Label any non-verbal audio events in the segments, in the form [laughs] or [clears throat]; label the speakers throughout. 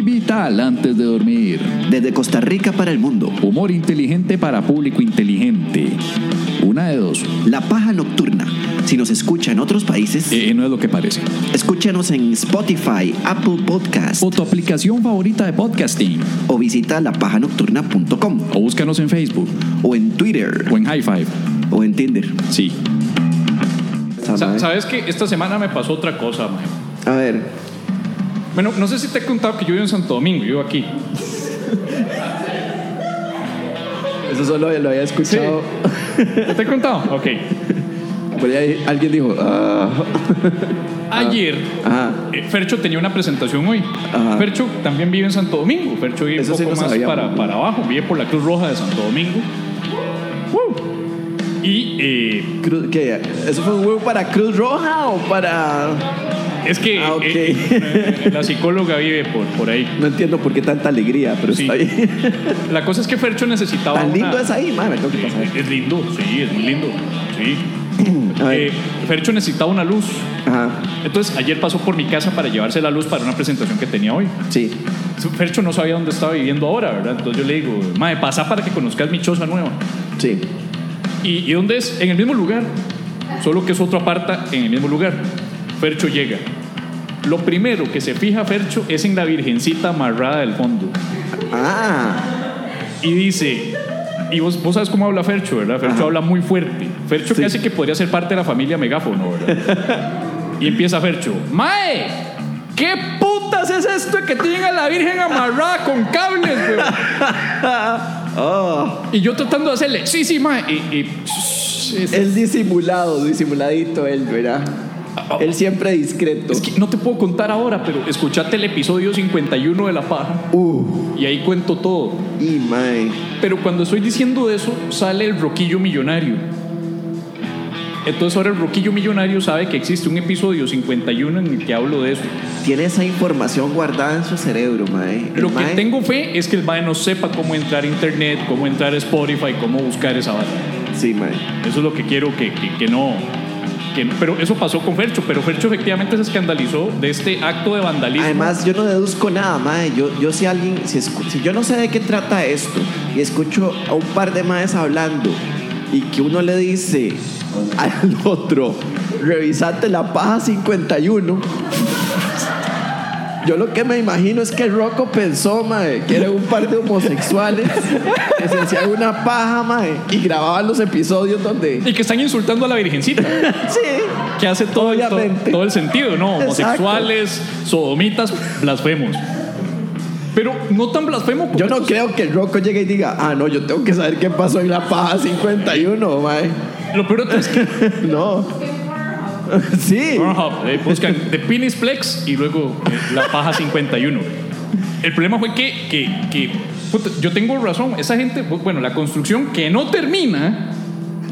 Speaker 1: Vital antes de dormir.
Speaker 2: desde Costa Rica para el mundo.
Speaker 1: Humor inteligente para público inteligente. Una de dos.
Speaker 2: La Paja Nocturna. Si nos escucha en otros países,
Speaker 1: Eh, no es lo que parece.
Speaker 2: escúchanos en Spotify, Apple Podcast
Speaker 1: O tu aplicación favorita de podcasting.
Speaker 2: o visita lapajanocturna.com
Speaker 1: O búscanos en Facebook.
Speaker 2: o en Twitter
Speaker 1: O en High Five.
Speaker 2: o en Tinder.
Speaker 1: Sí.
Speaker 3: Sa- ¿Sabes que Esta semana me pasó otra cosa, maje.
Speaker 2: A ver,
Speaker 3: Bueno, no sé si te he contado que yo vivo en Santo Domingo, yo vivo aquí.
Speaker 4: Eso solo lo había escuchado.
Speaker 3: ¿Te he contado? Ok.
Speaker 4: Por ahí alguien dijo, ah,
Speaker 3: Ayer,
Speaker 4: ajá.
Speaker 3: eh, Fercho tenía una presentación hoy.
Speaker 4: Ajá.
Speaker 3: Fercho también vive en Santo Domingo. Fercho vive
Speaker 4: Eso
Speaker 3: un
Speaker 4: sí
Speaker 3: poco
Speaker 4: lo
Speaker 3: más
Speaker 4: sabíamos.
Speaker 3: para, para abajo, vive por la Cruz Roja de Santo Domingo. Uh. Y eh,
Speaker 4: Cruz- ¿qué? ¿Eso fue un huevo para Cruz Roja o para.?
Speaker 3: es que
Speaker 4: Ah, ok.
Speaker 3: eh, eh, la psicóloga vive por, por ahí.
Speaker 4: No entiendo por qué tanta alegría, pero
Speaker 3: Sí.
Speaker 4: está bien.
Speaker 3: [laughs] La cosa es que Fercho necesitaba.
Speaker 4: Tan lindo
Speaker 3: una-
Speaker 4: es ahí, madre, tengo que pasar.
Speaker 3: Sí, es lindo, sí, es muy lindo.
Speaker 4: [clears throat]
Speaker 3: Sí.
Speaker 4: A ver.
Speaker 3: Eh, Fercho necesitaba una luz.
Speaker 4: Ajá,
Speaker 3: Entonces, ayer pasó por mi casa para llevarse la luz para una presentación que tenía hoy.
Speaker 4: sí.
Speaker 3: Fercho no sabía dónde estaba viviendo ahora, ¿verdad? Entonces yo le digo, mae, pasa para que conozcas mi choza nueva.
Speaker 4: Sí.
Speaker 3: ¿Y, y dónde es? En el mismo lugar, solo que es otro aparta en el mismo lugar. Fercho llega. Lo primero que se fija Fercho es en la virgencita amarrada del fondo.
Speaker 4: Ah, [laughs]
Speaker 3: y dice, y vos, vos sabes cómo habla Fercho, ¿verdad? Fercho habla muy fuerte. Fercho casi que podría ser parte de la familia megáfono, ¿verdad? y empieza Fercho, ¡Mae! ¿Qué putas es esto de que tienen a la Virgen amarrada con cables, güey?
Speaker 4: Oh,
Speaker 3: Y yo tratando de hacerle, sí, sí, mae. Y, y- es
Speaker 4: el disimulado, disimuladito él, ¿verdad? Él siempre discreto.
Speaker 3: Ah, que no te puedo contar ahora, pero escuchate el episodio 51 de La Paja
Speaker 4: Uh,
Speaker 3: y ahí cuento todo.
Speaker 4: y mae.
Speaker 3: Pero cuando estoy diciendo eso, sale el roquillo millonario. Entonces ahora el roquillo millonario sabe que existe un episodio 51 en el que hablo de eso.
Speaker 4: Tiene esa información guardada en su cerebro, mae. El
Speaker 3: Lo que
Speaker 4: mae-
Speaker 3: tengo fe es que el mae no sepa cómo entrar a internet, cómo entrar a Spotify, cómo buscar esa banda.
Speaker 4: Sí, mae.
Speaker 3: Eso es lo que quiero que, que- que no... que no- pero eso pasó con Fercho, pero Fercho efectivamente se escandalizó de este acto de vandalismo.
Speaker 4: Además, yo no deduzco nada, mae. Yo, yo si alguien, si, escu- si yo no sé de qué trata esto y escucho a un par de maes hablando y que uno le dice al [laughs] otro, revisate la paja 51. Yo lo que me imagino es que Rocco pensó, mae, que era un par de homosexuales que se hacían una paja, mae, y grababan los episodios donde.
Speaker 3: y que están insultando a la virgencita.
Speaker 4: Sí,
Speaker 3: que hace todo, el, todo,
Speaker 4: Obviamente.
Speaker 3: todo el sentido, ¿no?
Speaker 4: Exacto.
Speaker 3: Homosexuales, sodomitas, blasfemos. Pero no tan blasfemo porque
Speaker 4: yo no creo que Rocco llegue y diga, ah, no, yo tengo que saber qué pasó en la paja 51, mae.
Speaker 3: lo peor de todo es que
Speaker 4: No. [laughs] Sí.
Speaker 3: Pornhub, eh, buscan The Penis Plex y luego eh, La Paja 51. El problema fue que, que, que, puta, yo tengo razón, esa gente, bu- bueno, la construcción que no termina,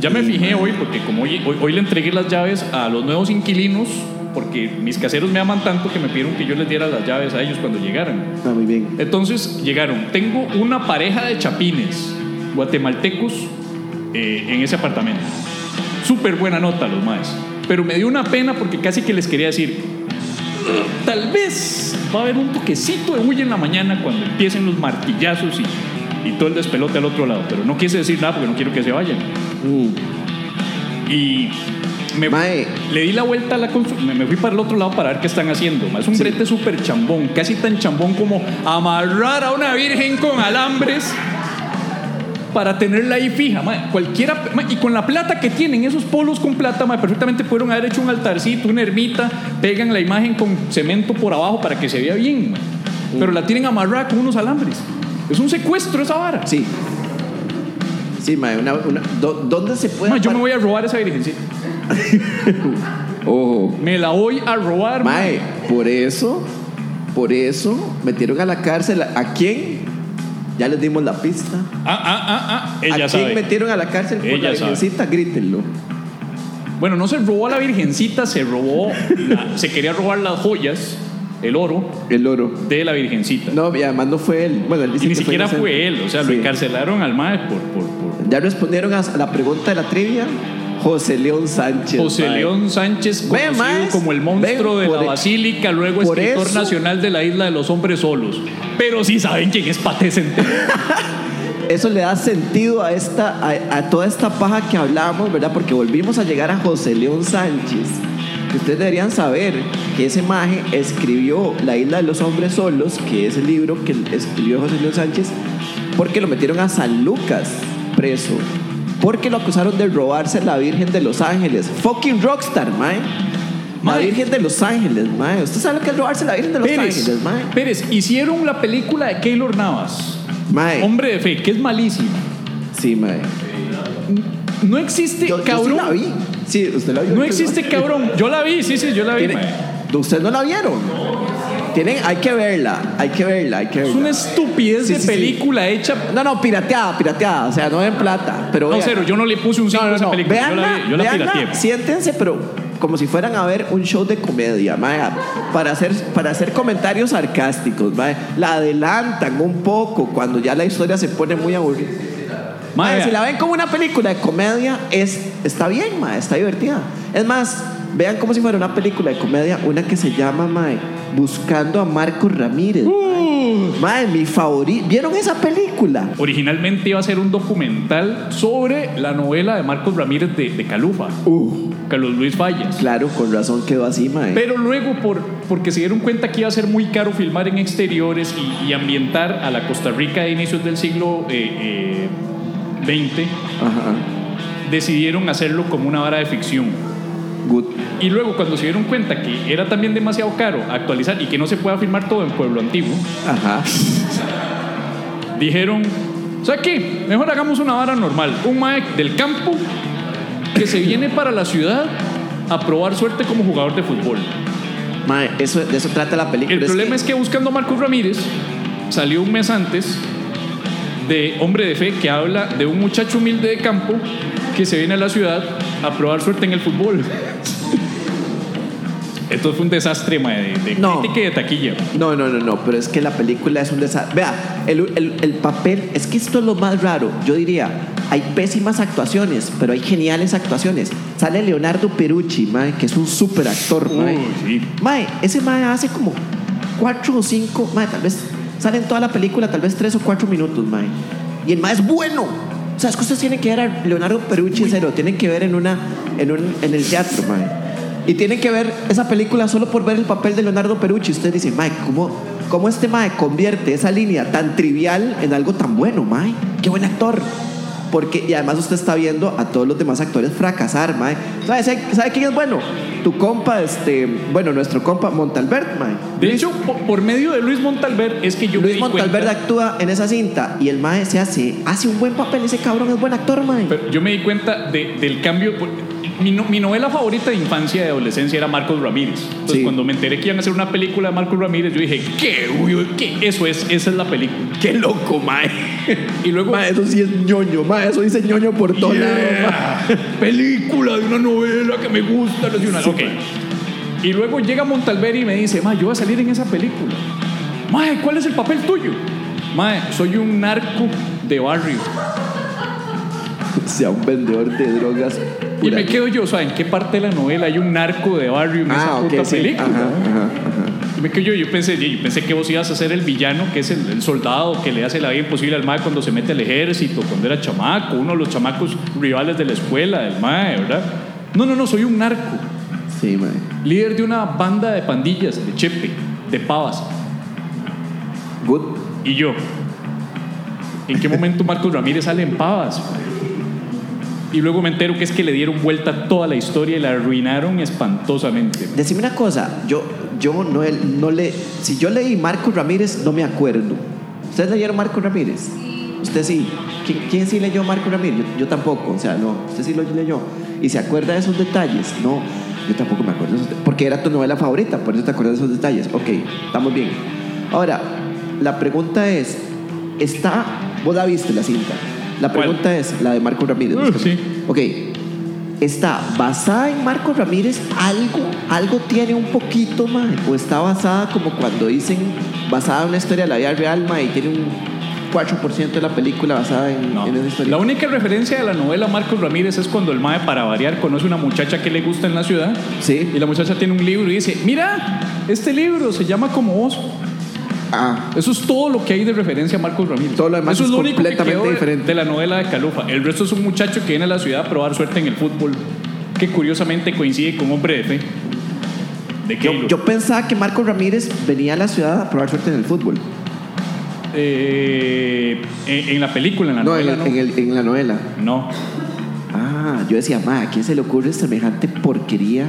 Speaker 3: ya me fijé hoy porque como hoy, hoy, hoy le entregué las llaves a los nuevos inquilinos, porque mis caseros me aman tanto que me pidieron que yo les diera las llaves a ellos cuando llegaran.
Speaker 4: Ah, muy bien.
Speaker 3: Entonces llegaron, tengo una pareja de chapines guatemaltecos eh, en ese apartamento. Súper buena nota los maes. Pero me dio una pena porque casi que les quería decir, tal vez va a haber un toquecito de huya en la mañana cuando empiecen los martillazos y, y todo el despelote al otro lado. Pero no quise decir nada porque no quiero que se vayan. Uh. Y me,
Speaker 4: Mae.
Speaker 3: le di la vuelta a la constru- me, me fui para el otro lado para ver qué están haciendo. mae. Es un brete súper chambón, casi tan chambón como amarrar a una virgen con alambres para tenerla ahí fija. mae. Cualquiera, mae, y con la plata que tienen, esos polos con plata, mae, perfectamente pudieron haber hecho un altarcito, una ermita, pegan la imagen con cemento por abajo para que se vea bien. mae. Pero la tienen amarrada con unos alambres. Es un secuestro esa vara.
Speaker 4: Sí. Sí, mae. Una, una- do- ¿Dónde se puede.?
Speaker 3: Mae, yo me
Speaker 4: apar-
Speaker 3: voy a robar esa virgencita.
Speaker 4: Ojo.
Speaker 3: Me la voy a robar. mae.
Speaker 4: Mae, por eso. Por eso metieron a la cárcel. ¿A a quién? Ya les dimos la pista.
Speaker 3: Ah, ah, ah, ah. Ella
Speaker 4: ¿A quién
Speaker 3: sabe.
Speaker 4: metieron a la cárcel por
Speaker 3: Ella
Speaker 4: la
Speaker 3: sabe.
Speaker 4: virgencita? Grítenlo.
Speaker 3: Bueno, no se robó a la virgencita, se robó. la- se quería robar las joyas. el oro
Speaker 4: El oro.
Speaker 3: de la Virgencita.
Speaker 4: No, y además no fue él. Bueno, él dice
Speaker 3: y ni
Speaker 4: que
Speaker 3: siquiera fue,
Speaker 4: inocente.
Speaker 3: él, o sea, lo
Speaker 4: Sí.
Speaker 3: encarcelaron al mae por, por, por-
Speaker 4: Ya respondieron a la pregunta de la trivia. José León Sánchez.
Speaker 3: José
Speaker 4: mae.
Speaker 3: León Sánchez,
Speaker 4: Ve,
Speaker 3: conocido
Speaker 4: maes,
Speaker 3: como el monstruo
Speaker 4: ven,
Speaker 3: de
Speaker 4: por
Speaker 3: la
Speaker 4: e-
Speaker 3: basílica, luego
Speaker 4: por
Speaker 3: escritor
Speaker 4: eso-
Speaker 3: nacional de la isla de los hombres solos. Pero sí saben quién es Pate Centeno.
Speaker 4: Eso le da sentido a, esta, a, a toda esta paja que hablábamos, ¿verdad? Porque volvimos a llegar a José León Sánchez. Que ustedes deberían saber que ese maje escribió La Isla de los Hombres Solos, que es el libro que escribió José León Sánchez, porque lo metieron a San Lucas preso. Porque lo acusaron de robarse la Virgen de Los Ángeles. Fucking rockstar, mae. La
Speaker 3: Mae.
Speaker 4: Virgen de Los Ángeles, mae. ¿Usted sabe lo que es robarse la Virgen de Los
Speaker 3: Pérez,
Speaker 4: Ángeles, mae?
Speaker 3: Pérez, hicieron la película de Keylor Navas.
Speaker 4: Mae.
Speaker 3: Hombre de fe, que es malísima.
Speaker 4: Sí, mae.
Speaker 3: No existe,
Speaker 4: Yo, yo sí
Speaker 3: cabrón.
Speaker 4: la vi. Sí, usted la vio.
Speaker 3: No existe, cabrón. Yo la vi, sí, sí, yo la vi.
Speaker 4: Tiene-
Speaker 3: mae.
Speaker 4: ¿Ustedes no la vieron? Tienen, hay que verla, hay que verla, hay que
Speaker 3: Es
Speaker 4: verla.
Speaker 3: una estupidez
Speaker 4: Sí,
Speaker 3: de
Speaker 4: sí, sí.
Speaker 3: película hecha.
Speaker 4: No, no, pirateada, pirateada, o sea, no en plata, pero
Speaker 3: No,
Speaker 4: vean.
Speaker 3: cero, yo no le puse un 5
Speaker 4: No,
Speaker 3: a
Speaker 4: no,
Speaker 3: esa
Speaker 4: no,
Speaker 3: película. yo la,
Speaker 4: veanla,
Speaker 3: vi, yo la
Speaker 4: veanla,
Speaker 3: pirateé.
Speaker 4: siéntense, pero como si fueran a ver un show de comedia, mae, para hacer, para hacer comentarios sarcásticos, mae. la adelantan un poco cuando ya la historia se pone muy aburrida.
Speaker 3: Mae,
Speaker 4: Mae, si
Speaker 3: vea.
Speaker 4: la ven como una película de comedia, es, está bien, mae, está divertida. Es más, vean como si fuera una película de comedia, una que se llama mae, Buscando a Marcos Ramírez. Mae, mi favorito. ¿Vieron esa película?
Speaker 3: Originalmente iba a ser un documental sobre la novela de Marcos Ramírez de, de Calufa,
Speaker 4: Uh,
Speaker 3: Carlos Luis Fallas.
Speaker 4: claro, con razón quedó así, mae.
Speaker 3: Pero luego, por, porque se dieron cuenta que iba a ser muy caro filmar en exteriores y, y ambientar a la Costa Rica de inicios del siglo eh, eh, XX,
Speaker 4: Ajá.
Speaker 3: decidieron hacerlo como una vara de ficción.
Speaker 4: Good.
Speaker 3: Y luego, cuando se dieron cuenta que era también demasiado caro actualizar y que no se pueda filmar todo en Pueblo Antiguo,
Speaker 4: Ajá.
Speaker 3: dijeron, ¿sabes qué? Mejor hagamos una vara normal. Un mae del campo que se viene para la ciudad a probar suerte como jugador de fútbol.
Speaker 4: Mae, eso, de eso trata la película.
Speaker 3: El problema es que buscando a Marcos Ramírez salió un mes antes de Hombre de Fe que habla de un muchacho humilde de campo que se viene a la ciudad a probar suerte en el fútbol. [laughs] Esto fue un desastre mae, de, de
Speaker 4: No.
Speaker 3: crítica y de taquilla.
Speaker 4: No, no, no, no, pero es que la película es un desastre. Vea, el, el- el papel, es que esto es lo más raro. Yo diría, hay pésimas actuaciones, pero hay geniales actuaciones. Sale Leonardo Perucci, mae, que es un súper actor, mae.
Speaker 3: sí.
Speaker 4: Mae, ese mae hace como cuatro o cinco, mae, tal vez sale en toda la película, tal vez tres o cuatro minutos, mae. Y el mae es bueno. O sea, es que ustedes tienen que ver a Leonardo Perucci en cero, tienen que ver en una, en un, en el teatro, mae. Y tienen que ver esa película solo por ver el papel de Leonardo Perucci. Ustedes dicen, mae, ¿cómo, cómo este mae convierte esa línea tan trivial en algo tan bueno, mae? Qué buen actor. Porque, y además usted está viendo a todos los demás actores fracasar, mae. ¿Sabe, sabe, sabe quién es bueno? Tu compa, este, bueno, nuestro compa Montalbert, mae.
Speaker 3: De hecho, po- por, medio de Luis Montalver es que yo me
Speaker 4: Luis
Speaker 3: di cuenta-
Speaker 4: Montalbert actúa en esa cinta y el mae se hace, hace un buen papel, ese cabrón es buen actor, mae.
Speaker 3: Pero yo me di cuenta de- del cambio. por- Mi, no- mi novela favorita de infancia y de adolescencia era Marcos Ramírez. Entonces,
Speaker 4: Sí.
Speaker 3: cuando me enteré que iban a hacer una película de Marcos Ramírez, yo dije, ¿qué? Uy, ¿qué? Eso es, esa es la película.
Speaker 4: Qué loco, mae.
Speaker 3: Y luego,
Speaker 4: Mae, eso sí es ñoño, mae, eso dice ñoño por todo
Speaker 3: Yeah.
Speaker 4: lado, mae.
Speaker 3: película de una novela que me gusta nacional. Ok. Y luego llega Montalver y me dice, ma, yo voy a salir en esa película. Ma, ¿cuál es el papel tuyo? Ma, soy un narco de barrio.
Speaker 4: sea un vendedor de drogas.
Speaker 3: Y
Speaker 4: pura.
Speaker 3: me quedo yo, o sea, ¿en qué parte de la novela hay un narco de barrio en esa
Speaker 4: Ah, ok,
Speaker 3: puta
Speaker 4: sí. Ah.
Speaker 3: película?
Speaker 4: Ajá, ajá.
Speaker 3: Y me quedo yo, yo pensé, yo pensé que vos ibas a ser el villano, que es el, el soldado que le hace la vida imposible al MAE cuando se mete al ejército, cuando era chamaco, uno de los chamacos rivales de la escuela, del MAE, ¿verdad? No, no, no, soy un narco,
Speaker 4: Sí, mae.
Speaker 3: líder de una banda de pandillas, de chepe, de pavas.
Speaker 4: Good.
Speaker 3: Y yo, ¿en qué momento Marcos Ramírez sale en pavas? Y luego me entero que es que le dieron vuelta toda la historia y la arruinaron espantosamente.
Speaker 4: Decime una cosa, yo, yo no, no le. Si yo leí Marcos Ramírez, no me acuerdo. ¿Ustedes leyeron Marcos Ramírez? Usted sí. ¿Qui- ¿Quién sí leyó Marcos Ramírez? Yo, yo tampoco, o sea, no. Usted sí lo leyó. ¿Y se acuerda de esos detalles? No, yo tampoco me acuerdo. de esos de- Porque era tu novela favorita, por eso te acuerdas de esos detalles. Ok, estamos bien. Ahora, la pregunta es: ¿está. Vos la viste la cinta? La
Speaker 3: ¿Cuál?
Speaker 4: pregunta es la de Marcos Ramírez.
Speaker 3: Ah, sí.
Speaker 4: Ok, está basada en Marco Ramírez, algo, algo tiene un poquito más. O está basada como cuando dicen basada en una historia de la vida real, mae, y tiene un 4% de la película basada en,
Speaker 3: No.
Speaker 4: en esa historia.
Speaker 3: La única referencia de la novela Marcos Ramírez es cuando el mae, para variar, conoce una muchacha que le gusta en la ciudad.
Speaker 4: Sí.
Speaker 3: Y la muchacha tiene un libro y dice, mira, este libro se llama como vos.
Speaker 4: Ah,
Speaker 3: Eso es todo lo que hay de referencia a Marcos Ramírez.
Speaker 4: Todo lo demás
Speaker 3: Eso
Speaker 4: es
Speaker 3: lo único
Speaker 4: completamente
Speaker 3: que quedó de-
Speaker 4: diferente.
Speaker 3: De la novela de Calufa. El resto es un muchacho que viene a la ciudad a probar suerte en el fútbol, que curiosamente coincide con hombre de fe. De
Speaker 4: yo,
Speaker 3: Keylor.
Speaker 4: yo pensaba que Marco Ramírez venía a la ciudad a probar suerte en el fútbol.
Speaker 3: Eh, en, en la película, en la
Speaker 4: No, en,
Speaker 3: novela,
Speaker 4: el- en el- en la novela.
Speaker 3: no. No.
Speaker 4: Ah, yo decía, ma, ¿a quién se le ocurre semejante porquería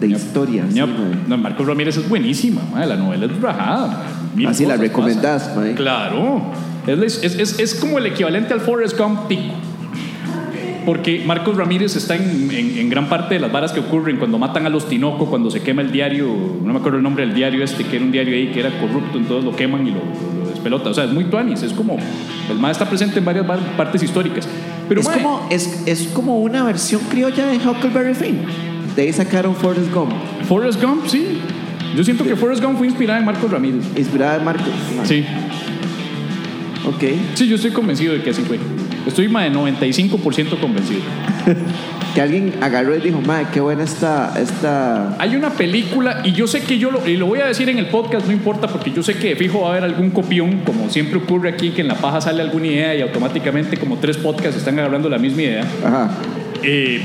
Speaker 4: de historia? Sí,
Speaker 3: Ñap.
Speaker 4: mae.
Speaker 3: No, Marcos Ramírez es buenísima, mae, la novela es rajada. mae. Mil
Speaker 4: Así Ah, la
Speaker 3: cosas
Speaker 4: recomendás,
Speaker 3: pasan.
Speaker 4: mae.
Speaker 3: Claro. Es, la- es- es- es como el equivalente al Forrest Gump tico. Porque Marcos Ramírez está en, en- en gran parte de las varas que ocurren cuando matan a los Tinoco, cuando se quema el diario, no me acuerdo el nombre del diario este, que era un diario ahí que era corrupto, entonces lo queman y lo, lo- lo despelota. O sea, es muy tuanis, es como, el más está presente en varias var- partes históricas. Pero
Speaker 4: es,
Speaker 3: mae,
Speaker 4: como, es, es como una versión criolla de Huckleberry Finn. De ahí sacaron Forrest Gump,
Speaker 3: Forrest Gump, sí. Yo siento que Forrest Gump fue inspirada en Marcos Ramírez.
Speaker 4: inspirada de Marco.
Speaker 3: Sí.
Speaker 4: Ok.
Speaker 3: Sí, yo estoy convencido de que así fue. Estoy más de 95% convencido.
Speaker 4: Que alguien agarró y dijo, madre, qué buena esta, esta...
Speaker 3: Hay una película, y yo sé que yo lo, y lo voy a decir en el podcast, no importa, porque yo sé que de fijo va a haber algún copión, como siempre ocurre aquí, que en la paja sale alguna idea y automáticamente como tres podcasts están agarrando la misma idea.
Speaker 4: Ajá.
Speaker 3: Eh,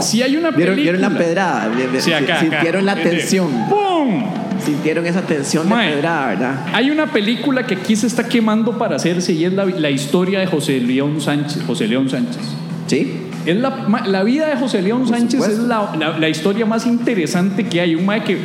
Speaker 3: si hay una película...
Speaker 4: ¿Vieron, vieron la pedrada? Vi- vi-
Speaker 3: Sí, acá, acá.
Speaker 4: sintieron la
Speaker 3: Este,
Speaker 4: tensión.
Speaker 3: ¡Pum!
Speaker 4: Sintieron esa tensión
Speaker 3: Mae.
Speaker 4: de pedrada, ¿verdad?
Speaker 3: Hay una película que aquí se está quemando para hacerse y es la, la historia de José León Sánchez. José León Sánchez.
Speaker 4: Sí.
Speaker 3: Es la, ma- la vida de José León
Speaker 4: Por
Speaker 3: Sánchez
Speaker 4: supuesto.
Speaker 3: es la, la- la historia más interesante que hay. Un mae que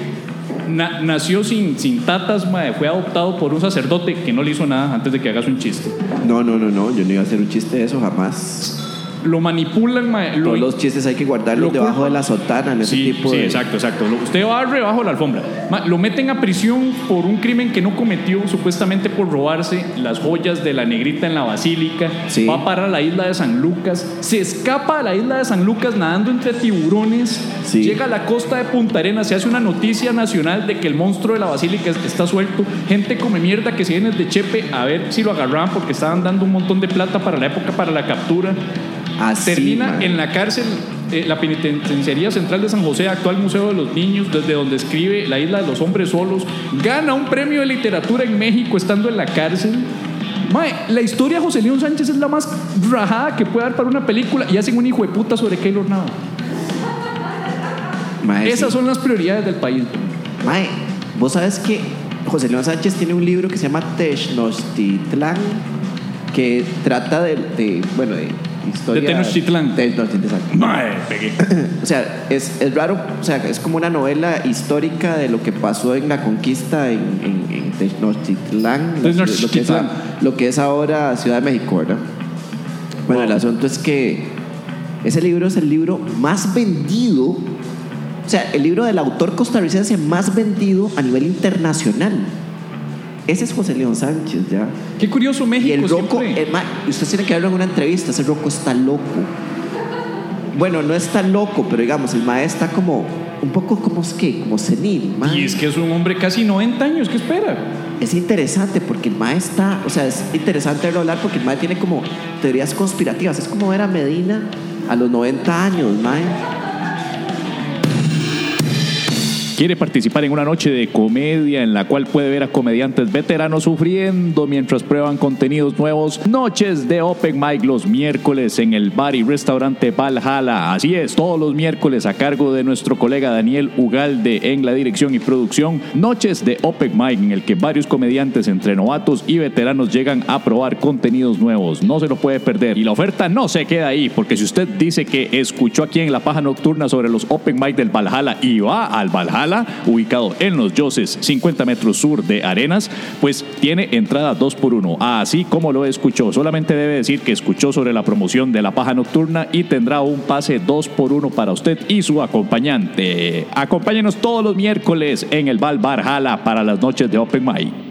Speaker 3: na- nació sin, sin tatas, mae, fue adoptado por un sacerdote que no le hizo nada antes de que hagas un chiste.
Speaker 4: No, no, no, no. Yo no iba a hacer un chiste de eso jamás.
Speaker 3: Lo manipulan, mae, lo,
Speaker 4: Todos los chistes hay que guardarlos
Speaker 3: lo
Speaker 4: debajo
Speaker 3: culpa-
Speaker 4: de la sotana en ese
Speaker 3: Sí,
Speaker 4: tipo
Speaker 3: sí,
Speaker 4: de...
Speaker 3: exacto, exacto. Lo- usted va debajo de la alfombra. Ma, lo meten a prisión por un crimen que no cometió, supuestamente por robarse las joyas de la negrita en la basílica.
Speaker 4: Sí.
Speaker 3: Va a parar a la isla de San Lucas. Se escapa a la isla de San Lucas nadando entre tiburones.
Speaker 4: Sí.
Speaker 3: Llega a la costa de Punta Arenas. Se hace una noticia nacional de que el monstruo de la basílica es- está suelto. Gente come mierda que se viene de Chepe a ver si lo agarraban porque estaban dando un montón de plata para la época, para la captura.
Speaker 4: Así,
Speaker 3: Termina
Speaker 4: mae.
Speaker 3: en la cárcel, eh, la penitenciaría central de San José, actual Museo de los Niños, desde donde escribe La Isla de los Hombres Solos. Gana un premio de literatura en México estando en la cárcel. Mae, la historia de José León Sánchez es la más rajada que puede dar para una película y hacen un hijo de puta sobre Keylor Nava.
Speaker 4: Mae, Ah, sí.
Speaker 3: Esas son las prioridades del país.
Speaker 4: Mae, vos sabes que José León Sánchez tiene un libro que se llama Tenochtitlán, que trata de, de, bueno, de historia...
Speaker 3: De Tenochtitlán.
Speaker 4: Tenochtitlán, exacto.
Speaker 3: Mae, pegué.
Speaker 4: O sea, es, es raro, o sea, es como una novela histórica de lo que pasó en la conquista en, en- en Tenochtitlán, lo que- Lo, que es a-
Speaker 3: Tenochtitlán.
Speaker 4: lo que es ahora Ciudad de México, ¿verdad? Bueno, el asunto es que ese libro es el libro más vendido, o sea, el libro del autor costarricense más vendido a nivel internacional. Ese es José León Sánchez, ¿ya?
Speaker 3: Qué curioso México.
Speaker 4: Y el er Rocco,
Speaker 3: siempre.
Speaker 4: el ma- usted tiene que verlo en una entrevista, ese Rocco está loco. Bueno, no está loco, pero digamos, el maestro está como, un poco como es que, como senil, ma.
Speaker 3: Y es que es un hombre casi 90 años, ¿qué espera?
Speaker 4: Es interesante porque el maestro está, o sea, es interesante verlo hablar porque el maestro tiene como teorías conspirativas, es como ver a Medina a los 90 años, mae.
Speaker 1: ¿Quiere participar en una noche de comedia en la cual puede ver a comediantes veteranos sufriendo mientras prueban contenidos nuevos? Noches de Open Mic los miércoles en el bar y restaurante Valhalla. Así es, todos los miércoles a cargo de nuestro colega Daniel Ugalde en la dirección y producción. Noches de Open Mic en el que varios comediantes entre novatos y veteranos llegan a probar contenidos nuevos. No se lo puede perder. Y la oferta no se queda ahí, porque si usted dice que escuchó aquí en La Paja Nocturna sobre los Open Mic del Valhalla y va al Valhalla, ubicado en Los Yoses, 50 metros sur de Arenas, pues tiene entrada 2 por 1 Así como lo escuchó, solamente debe decir que escuchó sobre la promoción de La Paja Nocturna y tendrá un pase 2 por 1 para usted y su acompañante. Acompáñenos todos los miércoles en el Val Valhalla para las noches de Open Mic.